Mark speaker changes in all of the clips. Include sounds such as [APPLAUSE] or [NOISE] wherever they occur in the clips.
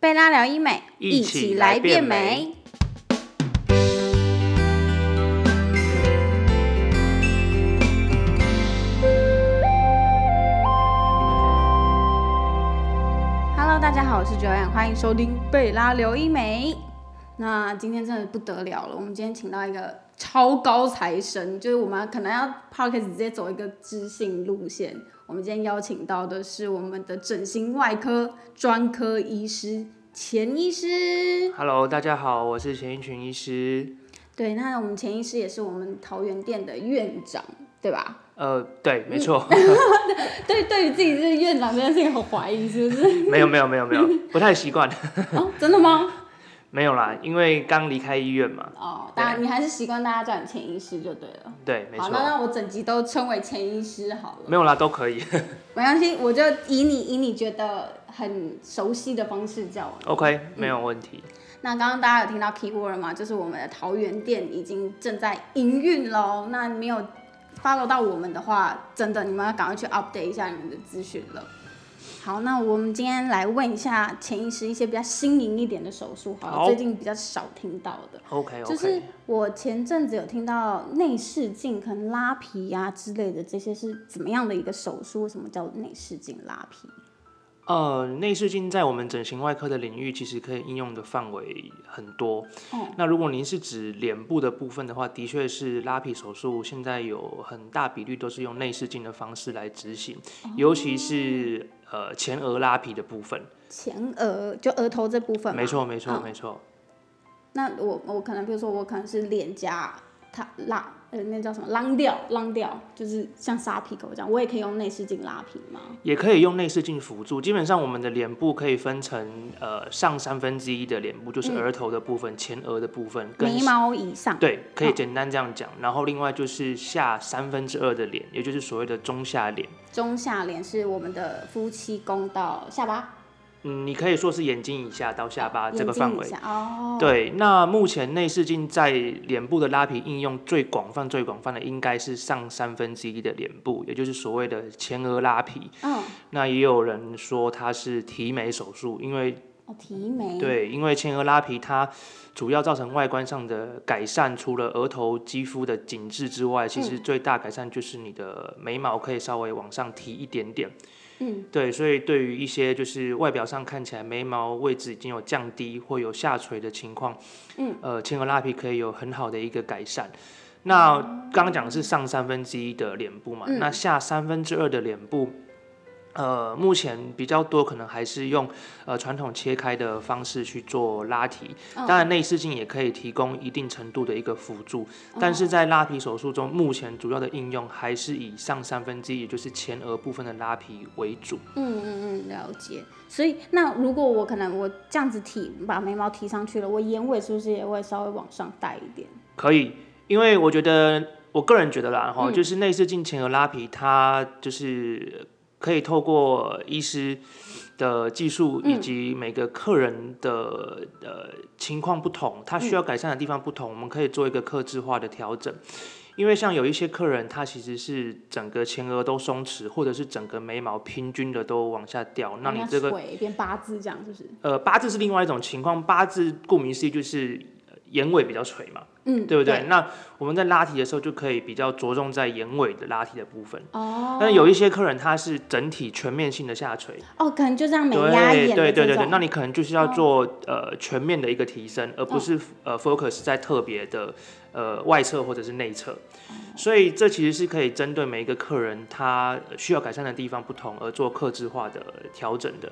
Speaker 1: 贝拉聊医美，
Speaker 2: 一起来变美。
Speaker 1: Hello，大家好，我是九安，欢迎收听贝拉聊医美。那今天真的不得了了，我们今天请到一个超高材生，就是我们可能要 p o c k e t 直接走一个知性路线。我们今天邀请到的是我们的整形外科专科医师钱医师。
Speaker 2: Hello，大家好，我是钱一群医师。
Speaker 1: 对，那我们钱医师也是我们桃园店的院长，对吧？
Speaker 2: 呃，
Speaker 1: 嗯
Speaker 2: 对，没错，
Speaker 1: [LAUGHS]
Speaker 2: [LAUGHS]
Speaker 1: 对，对于自己是院长这件事情很怀疑，是 [LAUGHS] 不是？
Speaker 2: 没有没有没有没有，不太习惯，
Speaker 1: 哦，真的吗？
Speaker 2: 没有啦，因为刚离开医院嘛。
Speaker 1: 哦，当然你还是习惯大家叫你钱医师就对了。
Speaker 2: 对，没
Speaker 1: 好，
Speaker 2: 错，
Speaker 1: 那那我整集都称为钱医师好了，
Speaker 2: 没有啦，都可以。
Speaker 1: 没关系，我就以你以你觉得很熟悉的方式叫我。
Speaker 2: OK，没有问题。
Speaker 1: 那刚刚大家有听到 keyword 了吗？就是我们的桃园店已经正在营运喽。那没有 follow 到我们的话，真的你们要赶快去 update 一下你们的资讯了。好，那我们今天来问一下钱医师一些比较新颖一点的手术，好了，
Speaker 2: 好哎
Speaker 1: 最近比较少听到的。
Speaker 2: OK
Speaker 1: 就
Speaker 2: OK，、
Speaker 1: 是我前阵子有听到内视镜，可能拉皮呀、之类的，这些是怎么样的一个手术？为什么叫内视镜拉皮？
Speaker 2: 呃，内视镜在我们整形外科的领域其实可以应用的范围很多。
Speaker 1: 嗯
Speaker 2: 那如果您是指脸部的部分的话，的确是拉皮手术，现在有很大比率都是用内视镜的方式来执行，
Speaker 1: 嗯
Speaker 2: 尤其是呃前额拉皮的部分。
Speaker 1: 前额就额头这部分嘛嗯
Speaker 2: 没错，没错，没错。
Speaker 1: 那我我可能比如说我可能是脸颊它拉呃那叫什么啷掉啷掉，就是像沙皮狗这样，我也可以用内视镜拉皮吗？
Speaker 2: 也可以用内视镜辅助。基本上，我们的脸部可以分成呃上三分之一的脸部，就是额头的部分、前额的部分，跟
Speaker 1: 嗯眉毛以上，
Speaker 2: 对，可以简单这样讲。然后另外就是下三分之二的脸，也就是所谓的中下脸。
Speaker 1: 中下脸是我们的夫妻宫到下巴，
Speaker 2: 嗯，你可以说是眼睛以下到下巴这
Speaker 1: 眼
Speaker 2: 个
Speaker 1: 睛
Speaker 2: 范
Speaker 1: 以
Speaker 2: 围。
Speaker 1: 下哦，
Speaker 2: 对，那目前内视镜在脸部的拉皮应用最广泛、最广泛的应该是上三分之一的脸部，也就是所谓的前额拉皮。
Speaker 1: 嗯，
Speaker 2: 那也有人说它是提眉手术，因为
Speaker 1: 哦提眉，
Speaker 2: 对，因为前额拉皮它主要造成外观上的改善，除了额头肌肤的紧致之外，其实最大改善就是你的眉毛可以稍微往上提一点点。
Speaker 1: 嗯，
Speaker 2: 对，所以对于一些就是外表上看起来眉毛位置已经有降低或有下垂的情况，嗯，呃，前额拉皮可以有很好的一个改善。那刚刚讲的是上三分之一的脸部嘛，那下三分之二的脸部，呃，目前比较多可能还是用呃传统切开的方式去做拉提，当然内视镜也可以提供一定程度的一个辅助，但是在拉皮手术中，目前主要的应用还是以上三分之一，也就是前额部分的拉皮为主。
Speaker 1: 嗯嗯嗯，了解。所以那如果我可能我这样子提把眉毛提上去了，我眼尾是不是也会稍微往上带一点？
Speaker 2: 可以，因为我觉得我个人觉得啦，哈、就是内视镜前额拉皮，它就是可以透过医师的技术以及每个客人的、呃情况不同，他需要改善的地方不同，我们可以做一个克制化的调整。因为像有一些客人，他其实是整个前额都松弛，或者是整个眉毛平均的都往下掉，那你这个
Speaker 1: 腿变八字这样，是不是？
Speaker 2: 呃，八字是另外一种情况，八字顾名思义就是呃眼尾比较垂嘛，
Speaker 1: 嗯
Speaker 2: 对不对？那我们在拉提的时候就可以比较着重在眼尾的拉提的部分，
Speaker 1: 哦
Speaker 2: 但有一些客人他是整体全面性的下垂，
Speaker 1: 哦，可能就这样美压
Speaker 2: 对
Speaker 1: 眼
Speaker 2: 对
Speaker 1: 的这
Speaker 2: 对对对，
Speaker 1: 种。哦
Speaker 2: 那你可能就是要做、呃全面的一个提升，而不是、呃 focus 在特别的呃外侧或者是内侧。
Speaker 1: 哦
Speaker 2: 所以这其实是可以针对每一个客人他需要改善的地方不同而做克制化的调整的，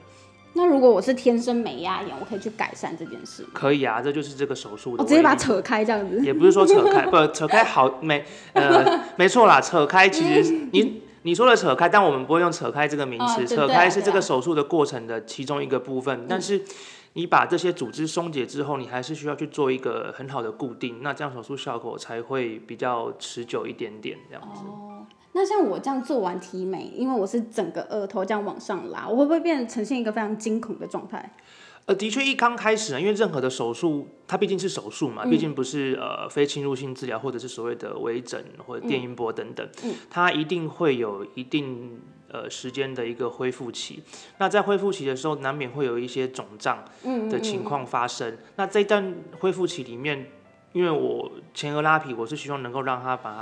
Speaker 1: 那如果我是天生美压眼，我可以去改善这件事吗？
Speaker 2: 可以啊，这就是这个手术的
Speaker 1: 我、
Speaker 2: 威力。
Speaker 1: 哦直接把它扯开这样子。 [LAUGHS]
Speaker 2: 也不是说扯开，不扯开好没呃没错啦，扯开其实是你你说的扯开，但我们不会用扯开这个名
Speaker 1: 哦
Speaker 2: 词，
Speaker 1: 对
Speaker 2: 扯
Speaker 1: 对啊
Speaker 2: 开是这
Speaker 1: 对啊嗯
Speaker 2: 个手术的过程的其中一个部分，但是。你把这些组织松解之后，你还是需要去做一个很好的固定，那这样手术效果才会比较持久一点点。这样子，
Speaker 1: 那像我这样做完提眉，因为我是整个额头这样往上拉，我会不会变呈现一个非常惊恐的状态？
Speaker 2: 呃，的确一刚开始呢，因为任何的手术，它毕竟是手术
Speaker 1: 嗯
Speaker 2: 嘛，毕竟不是呃非侵入性治
Speaker 1: 嗯
Speaker 2: 疗或者是所谓的微整或者电音波等等，它一定会有一定呃时间的一个恢复期。那在恢复期的时候，难免会有一些肿胀
Speaker 1: 嗯
Speaker 2: 的情况发生。那这一段恢复期里面，因为我前额拉皮，我是希望能够让它把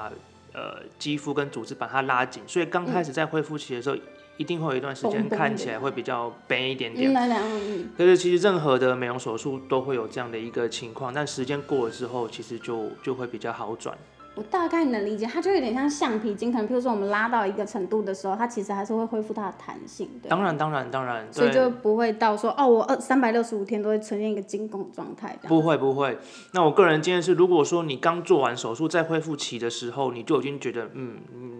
Speaker 2: 它呃肌肤跟组织把它拉紧，所以刚开始在恢复期的时候，一定会有一段时
Speaker 1: 嗯绷
Speaker 2: 间
Speaker 1: 绷
Speaker 2: 看
Speaker 1: 的
Speaker 2: 起来会比较白一点
Speaker 1: 嗯，
Speaker 2: 点。
Speaker 1: 来来，嗯
Speaker 2: 但是其实任何的美容手术都会有这样的一个情况，但时间过了之后，其实就就会比较好转。
Speaker 1: 嗯，我大概能理解，它就有点像橡皮筋，可能比如说我们拉到一个程度的时候，它其实还是会恢复它的弹性，对。
Speaker 2: 当然，当然，当然，
Speaker 1: 所以
Speaker 2: 对，
Speaker 1: 就不会到说哦，我二三百六十五天都会呈现一个紧绷状态这样。
Speaker 2: 不会不会。那我个人建议是，如果说你刚做完手术在恢复期的时候，你就已经觉得嗯，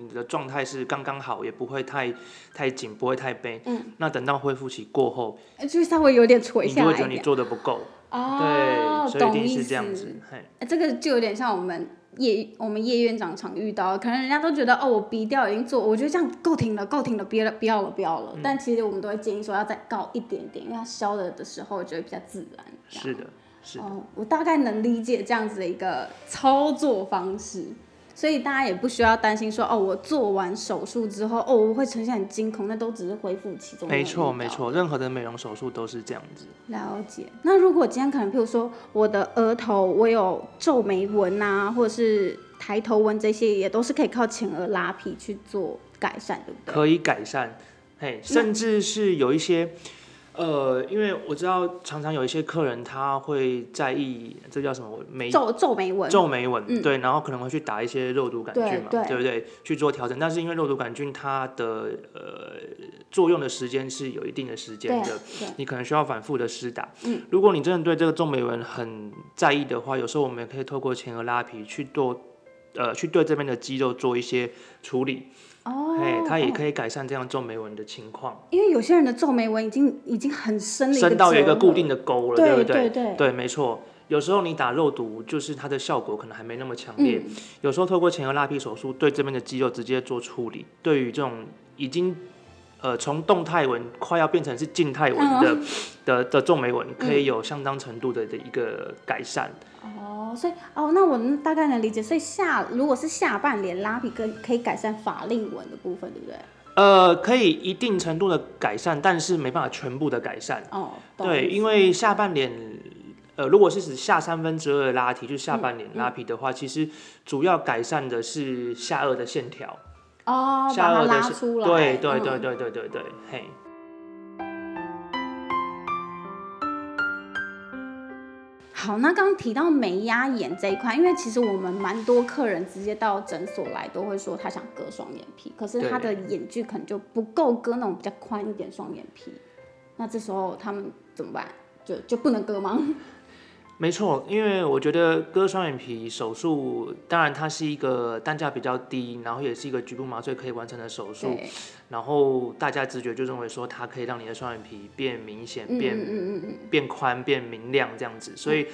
Speaker 2: 你的状态是刚刚好，也不会太太紧，不会太悲。嗯。那等到恢复期过后，
Speaker 1: 呃就是稍微有点垂
Speaker 2: 你就
Speaker 1: 下
Speaker 2: 会
Speaker 1: 来
Speaker 2: 觉
Speaker 1: 一
Speaker 2: 得你
Speaker 1: 点。
Speaker 2: 做的不够。
Speaker 1: 哦，
Speaker 2: 对，所以一
Speaker 1: 懂
Speaker 2: 定
Speaker 1: 意
Speaker 2: 是这
Speaker 1: 思。
Speaker 2: 样子。嘿。
Speaker 1: 呃这个就有点像我们叶我们叶院长常遇到，可能人家都觉得哦，我鼻调已经做，我觉得这样够挺了，够挺了，不要了，不要了，不要
Speaker 2: 嗯
Speaker 1: 了。但其实我们都会建议说要再高一点点，因为它消了的时候就会比较自然。这样
Speaker 2: 是的，是的。
Speaker 1: 哦，我大概能理解这样子的一个操作方式，所以大家也不需要担心说哦，我做完手术之后哦，我会呈现很惊恐，那都只是恢复期中。
Speaker 2: 没错，没。错，任何的美容手术都是这样子。
Speaker 1: 了解。那如果今天可能，譬如说我的额头我有皱眉纹啊，或者是抬头纹这些，也都是可以靠前额拉皮去做改善，对不对？
Speaker 2: 可以改善，嘿，甚至是有一些，呃，因为我知道常常有一些客人他会在意这叫什么眉
Speaker 1: 皱皱眉纹。
Speaker 2: 皱眉纹，对，然后可能会去打一些肉毒杆
Speaker 1: 对
Speaker 2: 菌嘛，
Speaker 1: 对
Speaker 2: 不对？去做调整，但是因为肉毒杆菌它的呃作用的时间是有一定的时间
Speaker 1: 对
Speaker 2: 的，
Speaker 1: 对，
Speaker 2: 你可能需要反复的施打。嗯，如果你真的对这个皱眉纹很在意的话，有时候我们也可以透过前额拉皮去做，呃，去对这边的肌肉做一些处理。
Speaker 1: 哦，
Speaker 2: 哎，它也可以改善这样皱眉纹的情况，
Speaker 1: 因为有些人的皱眉纹已经已经很深了，
Speaker 2: 深到有一个固定
Speaker 1: 的
Speaker 2: 的沟了，
Speaker 1: 对
Speaker 2: 不
Speaker 1: 对
Speaker 2: 对？
Speaker 1: 对
Speaker 2: 没错。有时候你打肉毒，就是它的效果可能还没那么强烈。
Speaker 1: 嗯，
Speaker 2: 有时候透过前额拉皮手术，对这边的肌肉直接做处理，对于这种已经呃从动态纹快要变成是静态纹的、
Speaker 1: 嗯
Speaker 2: 的的皱眉纹，可以有相当程度的的一个改善。
Speaker 1: 哦，所以哦，那我能大概能理解。所以下如果是下半脸拉皮，跟可以改善法令纹的部分，对不对？
Speaker 2: 呃，可以一定程度的改善，但是没办法全部的改善。
Speaker 1: 哦，懂
Speaker 2: 对，因为下半脸，呃，如果是指下三分之二的拉提，就是
Speaker 1: 嗯
Speaker 2: 下半脸拉皮的话，其实主要改善的是下颚的线条。
Speaker 1: 哦，
Speaker 2: 下
Speaker 1: 把它
Speaker 2: 颚的
Speaker 1: 拉
Speaker 2: 线
Speaker 1: 出来，
Speaker 2: 对对
Speaker 1: 嗯
Speaker 2: 对对对对对，嘿。
Speaker 1: 好，那刚刚提到眉压眼这一块，因为其实我们蛮多客人直接到诊所来都会说他想割双眼皮，可是他的
Speaker 2: 对
Speaker 1: 眼距可能就不够割那种比较宽一点双眼皮，那这时候他们怎么办？就就不能割吗？
Speaker 2: [LAUGHS] 没错，因为我觉得割双眼皮手术，当然它是一个单价比较低，然后也是一个局部麻醉可以完成的手术，
Speaker 1: 对，
Speaker 2: 然后大家直觉就认为说它可以让你的双眼皮变明显、
Speaker 1: 嗯
Speaker 2: 变
Speaker 1: 嗯嗯嗯嗯，
Speaker 2: 变宽、变明亮这样子。所以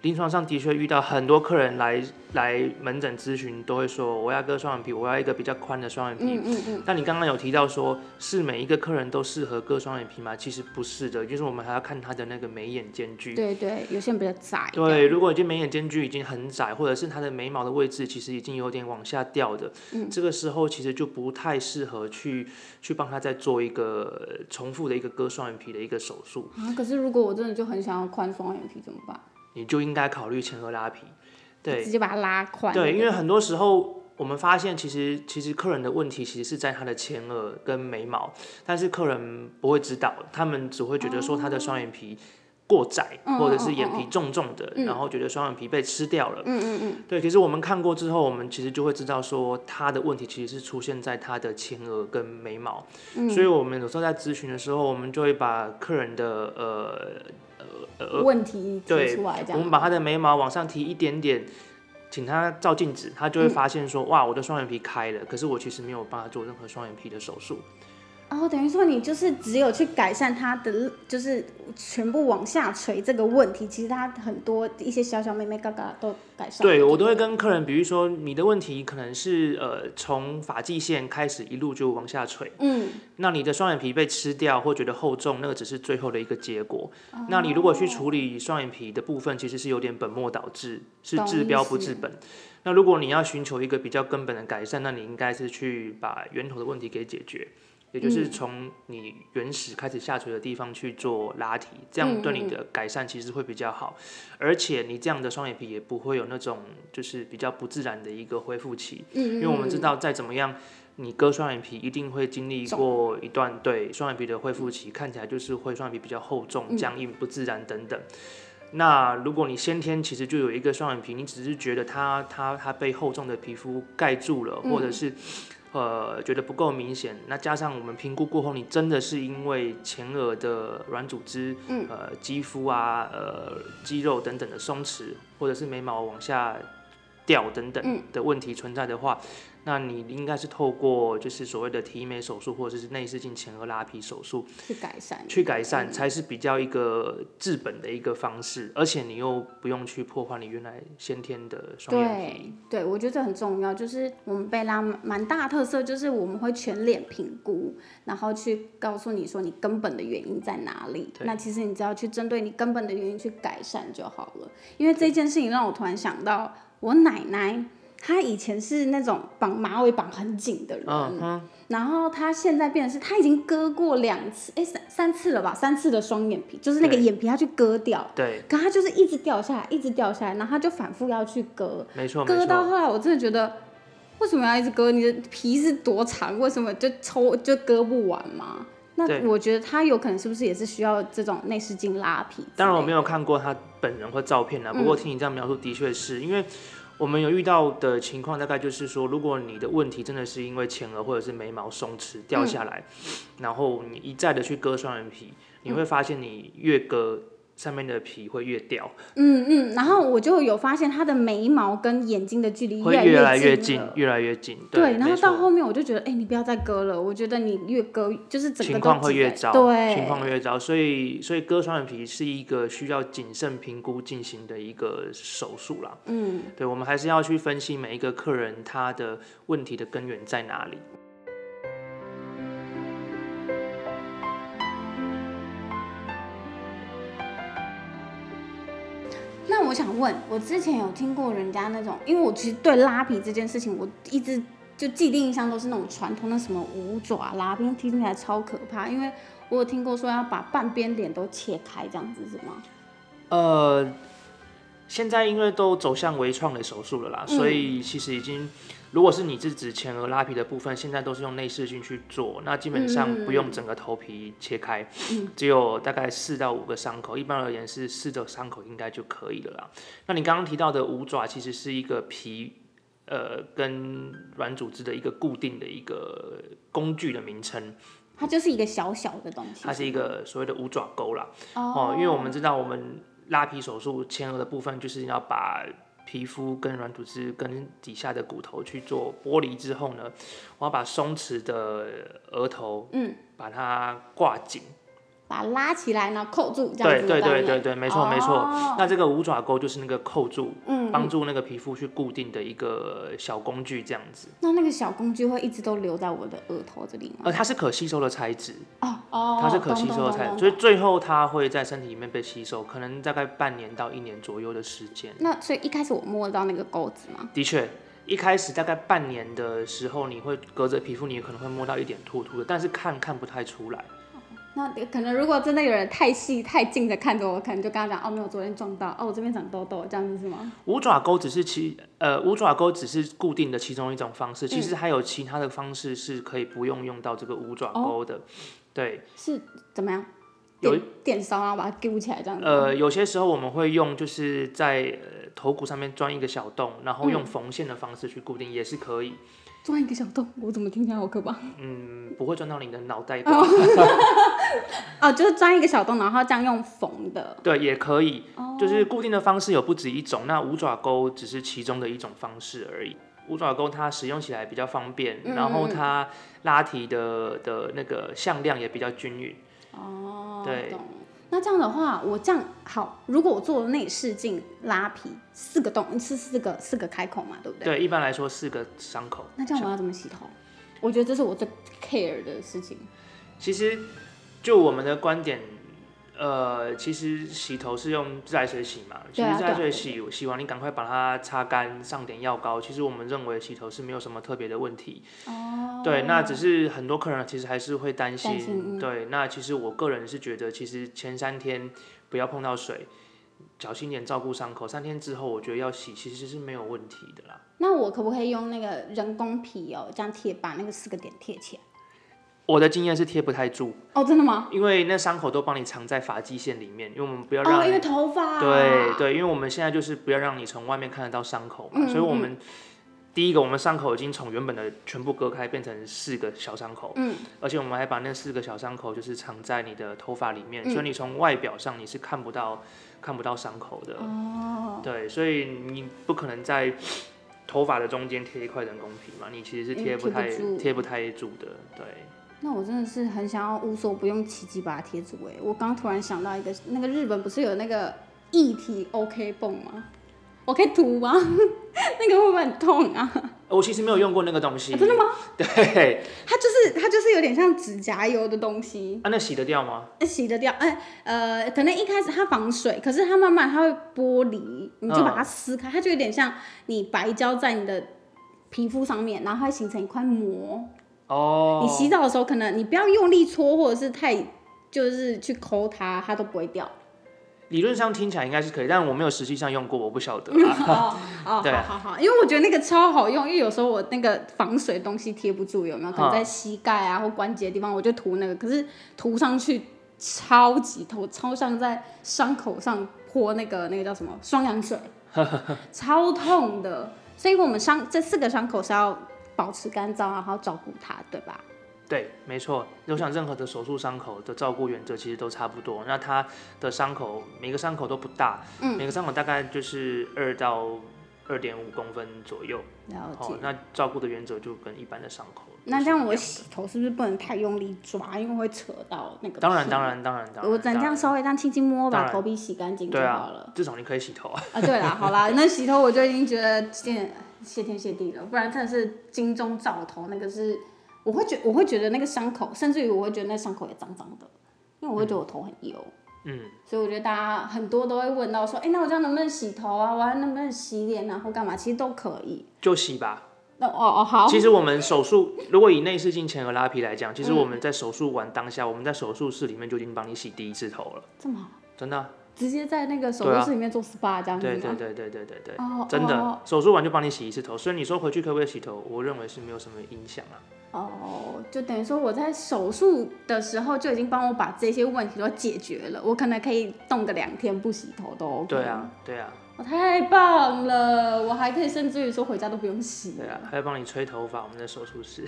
Speaker 2: 临床上的确遇到很多客人来来门诊咨询，都会说我要割双眼皮，我要一个比较宽的双眼皮。
Speaker 1: 嗯嗯嗯，
Speaker 2: 但你刚刚有提到说，是每一个客人都适合割双眼皮吗？其实不是的，就是我们还要看他的那个眉眼间距。
Speaker 1: 嗯对对，有些人比较窄，
Speaker 2: 对，，如果已经眉眼间距已经很窄，或者是他的眉毛的位置其实已经有点往下掉的，
Speaker 1: 嗯
Speaker 2: 这个时候其实就不太适合去去帮他再做一个呃重复的一个割双眼皮的一个手术。
Speaker 1: 啊，可是如果我真的就很想要宽双眼皮怎么办？
Speaker 2: 你就应该考虑前额拉皮。对
Speaker 1: 直接把它拉宽。
Speaker 2: 对，因为很多时候我们发现，其实其实客人的问题其实是在他的前额跟眉毛，但是客人不会知道，他们只会觉得说他的双眼皮。过窄，
Speaker 1: 嗯
Speaker 2: 或者
Speaker 1: 嗯
Speaker 2: 是
Speaker 1: 嗯
Speaker 2: 眼
Speaker 1: 嗯
Speaker 2: 皮重重的，然后觉得双眼皮被吃掉了。
Speaker 1: 嗯嗯嗯，
Speaker 2: 对，其实我们看过之后，我们其实就会知道说他的问题其实是出现在他的前额跟眉毛。
Speaker 1: 嗯
Speaker 2: 所以我们有时候在咨询的时候，我们就会把客人的呃
Speaker 1: 问题提
Speaker 2: 对
Speaker 1: 出来这
Speaker 2: 我们
Speaker 1: 样。
Speaker 2: 把他的眉毛往上提一点点，请他照镜子，他就会发现说，哇，我的双眼皮开了，可是我其实没有帮他做任何双眼皮的手术。
Speaker 1: 哦，等于说你就是只有去改善它的，就是全部往下垂这个问题，其实它很多一些小小妹妹嘎嘎都改善了。
Speaker 2: 对我都会跟客人，比如说你的问题可能是呃从发际线开始一路就往下垂，
Speaker 1: 嗯，
Speaker 2: 那你的双眼皮被吃掉或觉得厚重，那个只是最后的一个结果。
Speaker 1: 哦
Speaker 2: 那你如果去处理双眼皮的部分，其实是有点本末倒置，是
Speaker 1: 懂
Speaker 2: 治标不
Speaker 1: 意思
Speaker 2: 治本。那如果你要寻求一个比较根本的改善，那你应该是去把源头的问题给解决。也
Speaker 1: 嗯
Speaker 2: 就是从你原始开始下垂的地方去做拉提，
Speaker 1: 嗯
Speaker 2: 这样对你的改善其实会比较好，而且你这样的双眼皮也不会有那种就是比较不自然的一个恢复期，
Speaker 1: 嗯，
Speaker 2: 因为我们知道再怎么样，你割双眼皮一定会经历过一段对双眼皮的恢复期，看起来就是会双眼皮比较厚重、僵硬、不自然等等。那如果你先天其实就有一个双眼皮，你只是觉得它它它被厚重的皮肤盖住了，或者是呃觉得不够明显，那加上我们评估过后，你真的是因为前额的软组织、呃肌肤啊、呃肌肉等等的松弛，或者是眉毛往下掉等等的问题存在的话，那你应该是透过就是所谓的提眉手术或者是内视镜前额拉皮手术
Speaker 1: 去改善，
Speaker 2: 去改
Speaker 1: 嗯
Speaker 2: 善，才是比较一个治本的一个方式，而且你又不用去破坏你原来先天的双眼皮。
Speaker 1: 对对，我觉得这很重要。就是我们贝拉蛮大的特色，就是我们会全脸评估，然后去告诉你说你根本的原因在哪里。
Speaker 2: 对
Speaker 1: 那其实你只要去针对你根本的原因去改善就好了。因为这件事情让我突然想到，我奶奶她以前是那种绑马尾绑很紧的人，
Speaker 2: 嗯哼，
Speaker 1: 然后她现在变成是她已经割过两次，哎三三次了吧，三次的双眼皮，就是那个
Speaker 2: 对
Speaker 1: 眼皮她去割掉，
Speaker 2: 对，
Speaker 1: 可她就是一直掉下来，一直掉下来，然后她就反复要去割。
Speaker 2: 没错没
Speaker 1: 割到
Speaker 2: 错，
Speaker 1: 后来，我真的觉得，为什么要一直割？你的皮是多长？为什么就抽就割不完吗？那
Speaker 2: 对
Speaker 1: 我觉得他有可能是不是也是需要这种内视镜拉皮之类的？
Speaker 2: 当然我没有看过他本人或照片啦，
Speaker 1: 嗯
Speaker 2: 不过听你这样描述，的确是因为。我们有遇到的情况，大概就是说，如果你的问题真的是因为前额或者是眉毛松弛掉下来，
Speaker 1: 嗯
Speaker 2: 然后你一再的去割双眼皮，你会发现你越割上面的皮会越掉，
Speaker 1: 嗯嗯，然后我就有发现他的眉毛跟眼睛的距离
Speaker 2: 会
Speaker 1: 嗯越
Speaker 2: 来越
Speaker 1: 近
Speaker 2: 近
Speaker 1: 了，
Speaker 2: 越来越近。
Speaker 1: 对，然后
Speaker 2: 没错
Speaker 1: 到后面我就觉得，哎、你不要再割了，我觉得你越割就是整个
Speaker 2: 情
Speaker 1: 都
Speaker 2: 况会
Speaker 1: 挤
Speaker 2: 越
Speaker 1: 在
Speaker 2: 糟，
Speaker 1: 对，
Speaker 2: 情况会越糟，所以所以割双眼皮是一个需要谨慎评估进行的一个手术啦。
Speaker 1: 嗯，
Speaker 2: 对，我们还是要去分析每一个客人他的问题的根源在哪里。
Speaker 1: 那我想问，我之前有听过人家那种，因为我其实对拉皮这件事情，我一直就既定印象都是那种传统的什么五爪拉皮，听起来超可怕。因为我有听过说要把半边脸都切开，这样子是吗？
Speaker 2: 呃，现在因为都走向微创的手术了啦，所以其实已经，如果是你是指前额拉皮的部分，现在都是用内视镜去做，那基本上不用整个头皮切开，只有大概四到五个伤口，一般而言是四个伤口应该就可以了啦。那你刚刚提到的五爪其实是一个皮。呃，跟软组织的一个固定的一个工具的名称，
Speaker 1: 它就是一个小小的东西。
Speaker 2: 它是一个所谓的五爪钩啦。
Speaker 1: 哦
Speaker 2: 哦，因为我们知道我们拉皮手术前额的部分，就是要把皮肤跟软组织跟底下的骨头去做剥离之后呢，我要把松弛的额头，嗯，把它挂紧。
Speaker 1: 把它拉起来，然后扣住这样
Speaker 2: 对
Speaker 1: 子。
Speaker 2: 对对
Speaker 1: 不
Speaker 2: 对对，没错没错。那这个五爪钩就是那个扣住，
Speaker 1: 哦嗯，
Speaker 2: 帮助那个皮肤去固定的一个小工具，这样子。
Speaker 1: 那那个小工具会一直都留在我的额头这里吗？
Speaker 2: 呃，它是可吸收的材质，
Speaker 1: 哦哦，
Speaker 2: 它是可吸收的材
Speaker 1: 才
Speaker 2: 质，所以最后它会在身体里面被吸收，可能大概半年到一年左右的时间。
Speaker 1: 那所以一开始我摸得到那个钩子吗？
Speaker 2: 的确，一开始大概半年的时候，你会隔着皮肤，你可能会摸到一点突突的，但是看看不太出来。
Speaker 1: 那可能如果真的有人太细太近的看着我，可能就跟他讲哦，没有，昨天撞到，哦，我这边长痘痘，这样子是吗？
Speaker 2: 五爪钩只是其呃五爪钩只是固定的其中一种方式，其实还有其他的方式是可以不用用到这个五爪钩的。对，
Speaker 1: 是怎么样？
Speaker 2: 有
Speaker 1: 电电烧，然后把它揪起来这样子。
Speaker 2: 呃，有些时候我们会用就是在呃头骨上面钻一个小洞，然后用缝线的方式去固定，也是可以。
Speaker 1: 钻一个小洞，我怎么听起来好可怕？
Speaker 2: 嗯，不会钻到你的脑袋瓜。
Speaker 1: 哦，就是钻一个小洞，然后这样用缝的。
Speaker 2: [LAUGHS] 对，也可以，
Speaker 1: 哦
Speaker 2: 就是固定的方式有不止一种，那五爪钩只是其中的一种方式而已。五爪钩它使用起来比较方
Speaker 1: 嗯
Speaker 2: 便，然后它拉提的的那个向量也比较均匀。
Speaker 1: 哦，
Speaker 2: 对
Speaker 1: 懂。那这样的话，我这样好，如果我做内视镜拉皮，四个洞是四个四个开口嘛，对不对？
Speaker 2: 对，一般来说四个伤口。
Speaker 1: 那这样我要怎么洗头？我觉得这是我最 care 的事情。
Speaker 2: 其实就我们的观点，呃，其实洗头是用自来水洗嘛，其
Speaker 1: 对啊
Speaker 2: 实自来
Speaker 1: 对啊
Speaker 2: 水洗洗完，你赶快把它擦干，上点药膏。其实我们认为洗头是没有什么特别的问题。
Speaker 1: 哦，
Speaker 2: 对，那只是很多客人其实还是会担心。
Speaker 1: 担心嗯
Speaker 2: 对，那其实我个人是觉得，其实前三天不要碰到水，小心点照顾伤口。三天之后，我觉得要洗其实是没有问题的啦。
Speaker 1: 那我可不可以用那个人工皮哦，这样贴把那个四个点贴起来？
Speaker 2: 我的经验是贴不太住，
Speaker 1: 哦，真的吗？
Speaker 2: 因为那伤口都帮你藏在发际线里面，因为我们不要让、
Speaker 1: 哦，因为头发。
Speaker 2: 对。对，因为我们现在就是不要让你从外面看得到伤口嘛，
Speaker 1: 啊嗯
Speaker 2: 所以我们第一个，我们伤口已经从原本的全部割开，变成四个小伤口，
Speaker 1: 嗯，
Speaker 2: 而且我们还把那四个小伤口就是藏在你的头发里
Speaker 1: 嗯
Speaker 2: 面，所以你从外表上你是看不到看不到伤口的，
Speaker 1: 哦，
Speaker 2: 对，所以你不可能在头发的中间贴一块人工皮嘛，你其实
Speaker 1: 嗯
Speaker 2: 是贴
Speaker 1: 贴
Speaker 2: 不
Speaker 1: 不
Speaker 2: 太
Speaker 1: 住
Speaker 2: 贴不太住的，对。
Speaker 1: 那我真的是很想要无所不用其极把它贴住哎、我刚突然想到一个，那个日本不是有那个液体 OK 泵吗？我可以涂吗？ [LAUGHS] 那个会不会很痛啊？
Speaker 2: 哦我其实没有用过那个东西，
Speaker 1: 啊真的吗？
Speaker 2: [LAUGHS] 对，
Speaker 1: 它就是它就是有点像指甲油的东西，
Speaker 2: 啊，那洗得掉吗？
Speaker 1: 洗得掉。哎、呃，可能一开始它防水，可是它慢慢它会剥离，你就把
Speaker 2: 嗯
Speaker 1: 它撕开，它就有点像你白胶在你的皮肤上面，然后它会形成一块膜。
Speaker 2: 哦，
Speaker 1: 你洗澡的时候，可能你不要用力搓，或者是太就是去抠它，它都不会掉。
Speaker 2: 理论上听起来应该是可以，但我没有实际上用过，我不
Speaker 1: [LAUGHS]
Speaker 2: 晓得啊。
Speaker 1: 哦哦，
Speaker 2: 对
Speaker 1: 好好好，因为我觉得那个超好用，因为有时候我那个防水东西贴不住，有没有？可能在膝盖啊或关节的地方，我就涂那个，可是涂上去超级痛，超像在伤口上泼那个那个叫什么双氧水，超痛的。所以我们伤这四个伤口是要保持干燥，然后照顾它，对吧？
Speaker 2: 对，没错。我想任何的手术伤口的照顾原则其实都差不多。那它的伤口每个伤口都不大，
Speaker 1: 嗯
Speaker 2: 每个伤口大概就是二到二点五公分左右。
Speaker 1: 了解
Speaker 2: 哦，。那照顾的原则就跟一般的伤口都是一样
Speaker 1: 那
Speaker 2: 的。
Speaker 1: 这样我洗头是不是不能太用力抓，因为会扯到那个？
Speaker 2: 当然当。然当然当然，
Speaker 1: 我只能这样稍微这样轻轻摸，
Speaker 2: 当
Speaker 1: 把
Speaker 2: 然
Speaker 1: 头皮洗干净就
Speaker 2: 对
Speaker 1: 好了
Speaker 2: 啊。，至少你可以洗头啊。
Speaker 1: 啊，对啦，好啦，那洗头我就已经觉得见谢天谢地了，不然真的是金钟罩头，那个是我会觉我会觉得那个伤口，甚至于我会觉得那伤口也脏脏的，因为我会觉得我头很油，
Speaker 2: 嗯，
Speaker 1: 所以我觉得大家很多都会问到说，哎、那我这样能不能洗头啊？我还能不能洗脸啊？或干嘛？其实都可以。
Speaker 2: 就洗吧。
Speaker 1: 那哦哦好，
Speaker 2: 其实我们手术，如果以内视镜前额拉皮来讲，其
Speaker 1: 嗯
Speaker 2: 实我们在手术完当下，我们在手术室里面就已经帮你洗第一次头了，
Speaker 1: 这么好，
Speaker 2: 真的啊、
Speaker 1: 直接在那个手
Speaker 2: 对
Speaker 1: 术
Speaker 2: 啊
Speaker 1: 室里面做 SPA 这样子吗？
Speaker 2: 对对对对对对对，
Speaker 1: 哦
Speaker 2: 真的、
Speaker 1: 哦
Speaker 2: 手术完就帮你洗一次头，所以你说回去可不可以洗头？我认为是没有什么影响啊。
Speaker 1: 哦，就等于说我在手术的时候就已经帮我把这些问题都解决了，我可能可以冻个两天不洗头都 OK。
Speaker 2: 对，啊，对啊，
Speaker 1: 我、太棒了，我还可以甚至于说回家都不用洗
Speaker 2: 对
Speaker 1: 了。
Speaker 2: 啊，还有帮你吹头发，我们的手术室。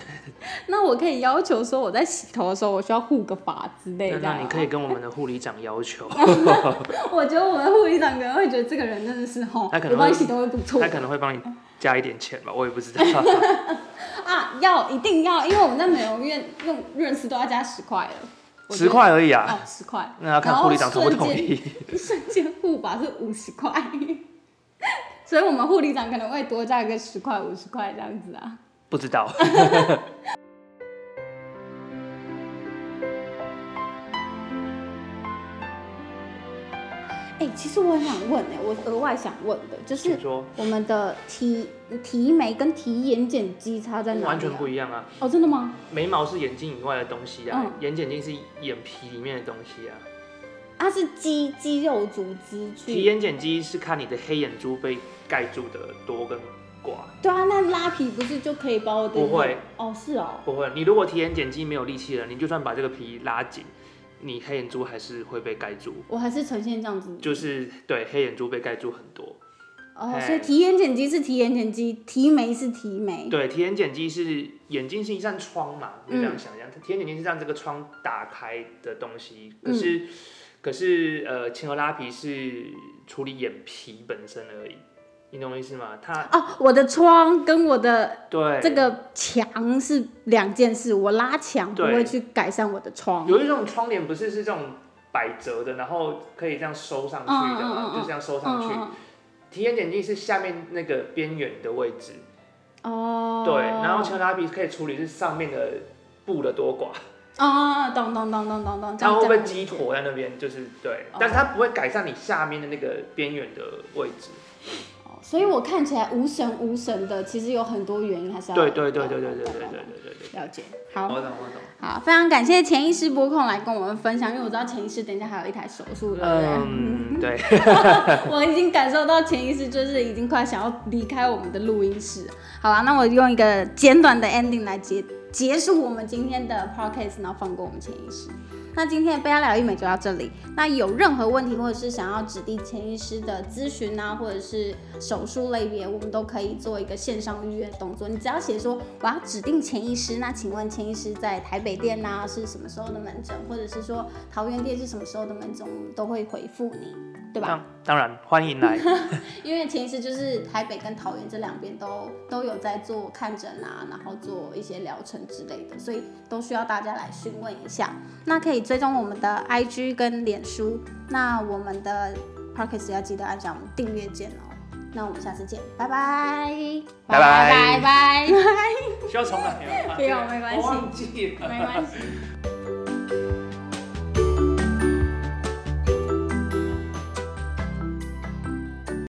Speaker 1: 那我可以要求说我在洗头的时候我需要护个发之类
Speaker 2: 那
Speaker 1: 的。啊
Speaker 2: 那你可以，跟我们的护理长要求，
Speaker 1: 我觉得我们护理长可能会觉得这个人真的是吼，
Speaker 2: 他可能
Speaker 1: [LAUGHS] 我帮你
Speaker 2: 会
Speaker 1: 洗头会不错
Speaker 2: 他可能会帮你加一点钱吧，我也
Speaker 1: [LAUGHS]
Speaker 2: 不知道。
Speaker 1: 啊，要一定要，因为我们在美容院用润丝都要加十块了。我觉
Speaker 2: 十
Speaker 1: 得
Speaker 2: 块而已啊，
Speaker 1: 哦，十块。 [LAUGHS]
Speaker 2: 那要看护理长同不同意。
Speaker 1: 一瞬间护法是五十块，所以我们护理长可能会多加一个十块、五十块这样子啊。
Speaker 2: [LAUGHS] 不
Speaker 1: [LAUGHS]
Speaker 2: 知道。
Speaker 1: 哎、其实我很想问哎、我额外想问的就是
Speaker 2: 请说，
Speaker 1: 我们的提提眉跟提眼睑肌差在哪里、啊？
Speaker 2: 完全不一样啊。
Speaker 1: 哦，真的吗？
Speaker 2: 眉毛是眼睛以外的东西啊，
Speaker 1: 嗯
Speaker 2: 眼睑睛是眼皮里面的东西啊。
Speaker 1: 它是肌肌肉组织
Speaker 2: 提
Speaker 1: 去。
Speaker 2: 眼睑肌是看你的黑眼珠被盖住的多跟寡，
Speaker 1: 对啊，那拉皮不是就可以把我的？
Speaker 2: 不会。
Speaker 1: 哦，是哦。
Speaker 2: 不会。你如果提眼睑肌没有力气了，你就算把这个皮拉紧，你黑眼珠还是会被盖住，
Speaker 1: 我还是呈现这样子，
Speaker 2: 就是对黑眼珠被盖住很多。
Speaker 1: 哦，
Speaker 2: 哎
Speaker 1: 所以提眼睑肌是提眼睑肌，提眉是提眉，
Speaker 2: 对，提眼睑肌是眼睛是一扇窗嘛，你这
Speaker 1: 嗯
Speaker 2: 样想一下，提眼睑肌是让这个窗打开的东西。
Speaker 1: 嗯
Speaker 2: 可是，可是呃，前额拉皮是处理眼皮本身而已，你懂我意思吗？它
Speaker 1: 哦，我的窗跟我的
Speaker 2: 对
Speaker 1: 这个墙是两件事，我拉墙不
Speaker 2: 对
Speaker 1: 会去改善我的窗。
Speaker 2: 有一种窗帘不是是这种百折的，然后可以这样收上去的嘛，
Speaker 1: 嗯嗯嗯嗯
Speaker 2: 就这样收上去。
Speaker 1: 嗯
Speaker 2: 提眼睑肌是下面那个边缘的位置，
Speaker 1: 嗯哦，
Speaker 2: 对，然后前额拉皮可以处理是上面的布的多寡。
Speaker 1: 啊，懂懂懂懂懂懂，这
Speaker 2: 它
Speaker 1: 样哦
Speaker 2: 会不
Speaker 1: 这
Speaker 2: 会
Speaker 1: 样
Speaker 2: 积
Speaker 1: 理解
Speaker 2: 坨在那边？就是对
Speaker 1: 哦，
Speaker 2: 但它不会改善你下面的那个边缘的位置。
Speaker 1: 哦所以我看起来无神无神的，其实有很多原因，还是要
Speaker 2: 对对对对对对对对对对对。
Speaker 1: 了解。好，
Speaker 2: 我懂我懂。
Speaker 1: 好，非常感谢潜意识播控来跟我们分享，因为我知道潜意识等一下还有一台手术，对不对？
Speaker 2: 嗯，对，
Speaker 1: 我已经感受到潜意识就是已经快想要离开我们的录音室。好啦，那我用一个简短的 ending 来结结束我们今天的 podcast，然后放过我们潜意识。那今天的贝拉疗愈美就到这里。那有任何问题或者是想要指定潜意识的咨询啊，或者是手术类别，我们都可以做一个线上预约的动作。你只要写说我要指定潜意识，那请问潜意识在台北店啊是什么时候的门诊，或者是说桃园店是什么时候的门诊，我们都会回复你，对吧？
Speaker 2: 当当然欢迎来，
Speaker 1: 因为其实就是台北跟桃园这两边都都有在做看诊啊，然后做一些疗程之类的，所以都需要大家来询问一下。那可以追踪我们的 IG 跟脸书，那我们的 Parkes 要记得按下我们订阅键哦。那我们下次见，拜拜，
Speaker 2: 拜
Speaker 1: 拜
Speaker 2: 拜
Speaker 1: 拜，
Speaker 2: 需要重来
Speaker 1: [LAUGHS]
Speaker 2: 吗？
Speaker 1: 不用没关系
Speaker 2: 我忘记了
Speaker 1: 没关系。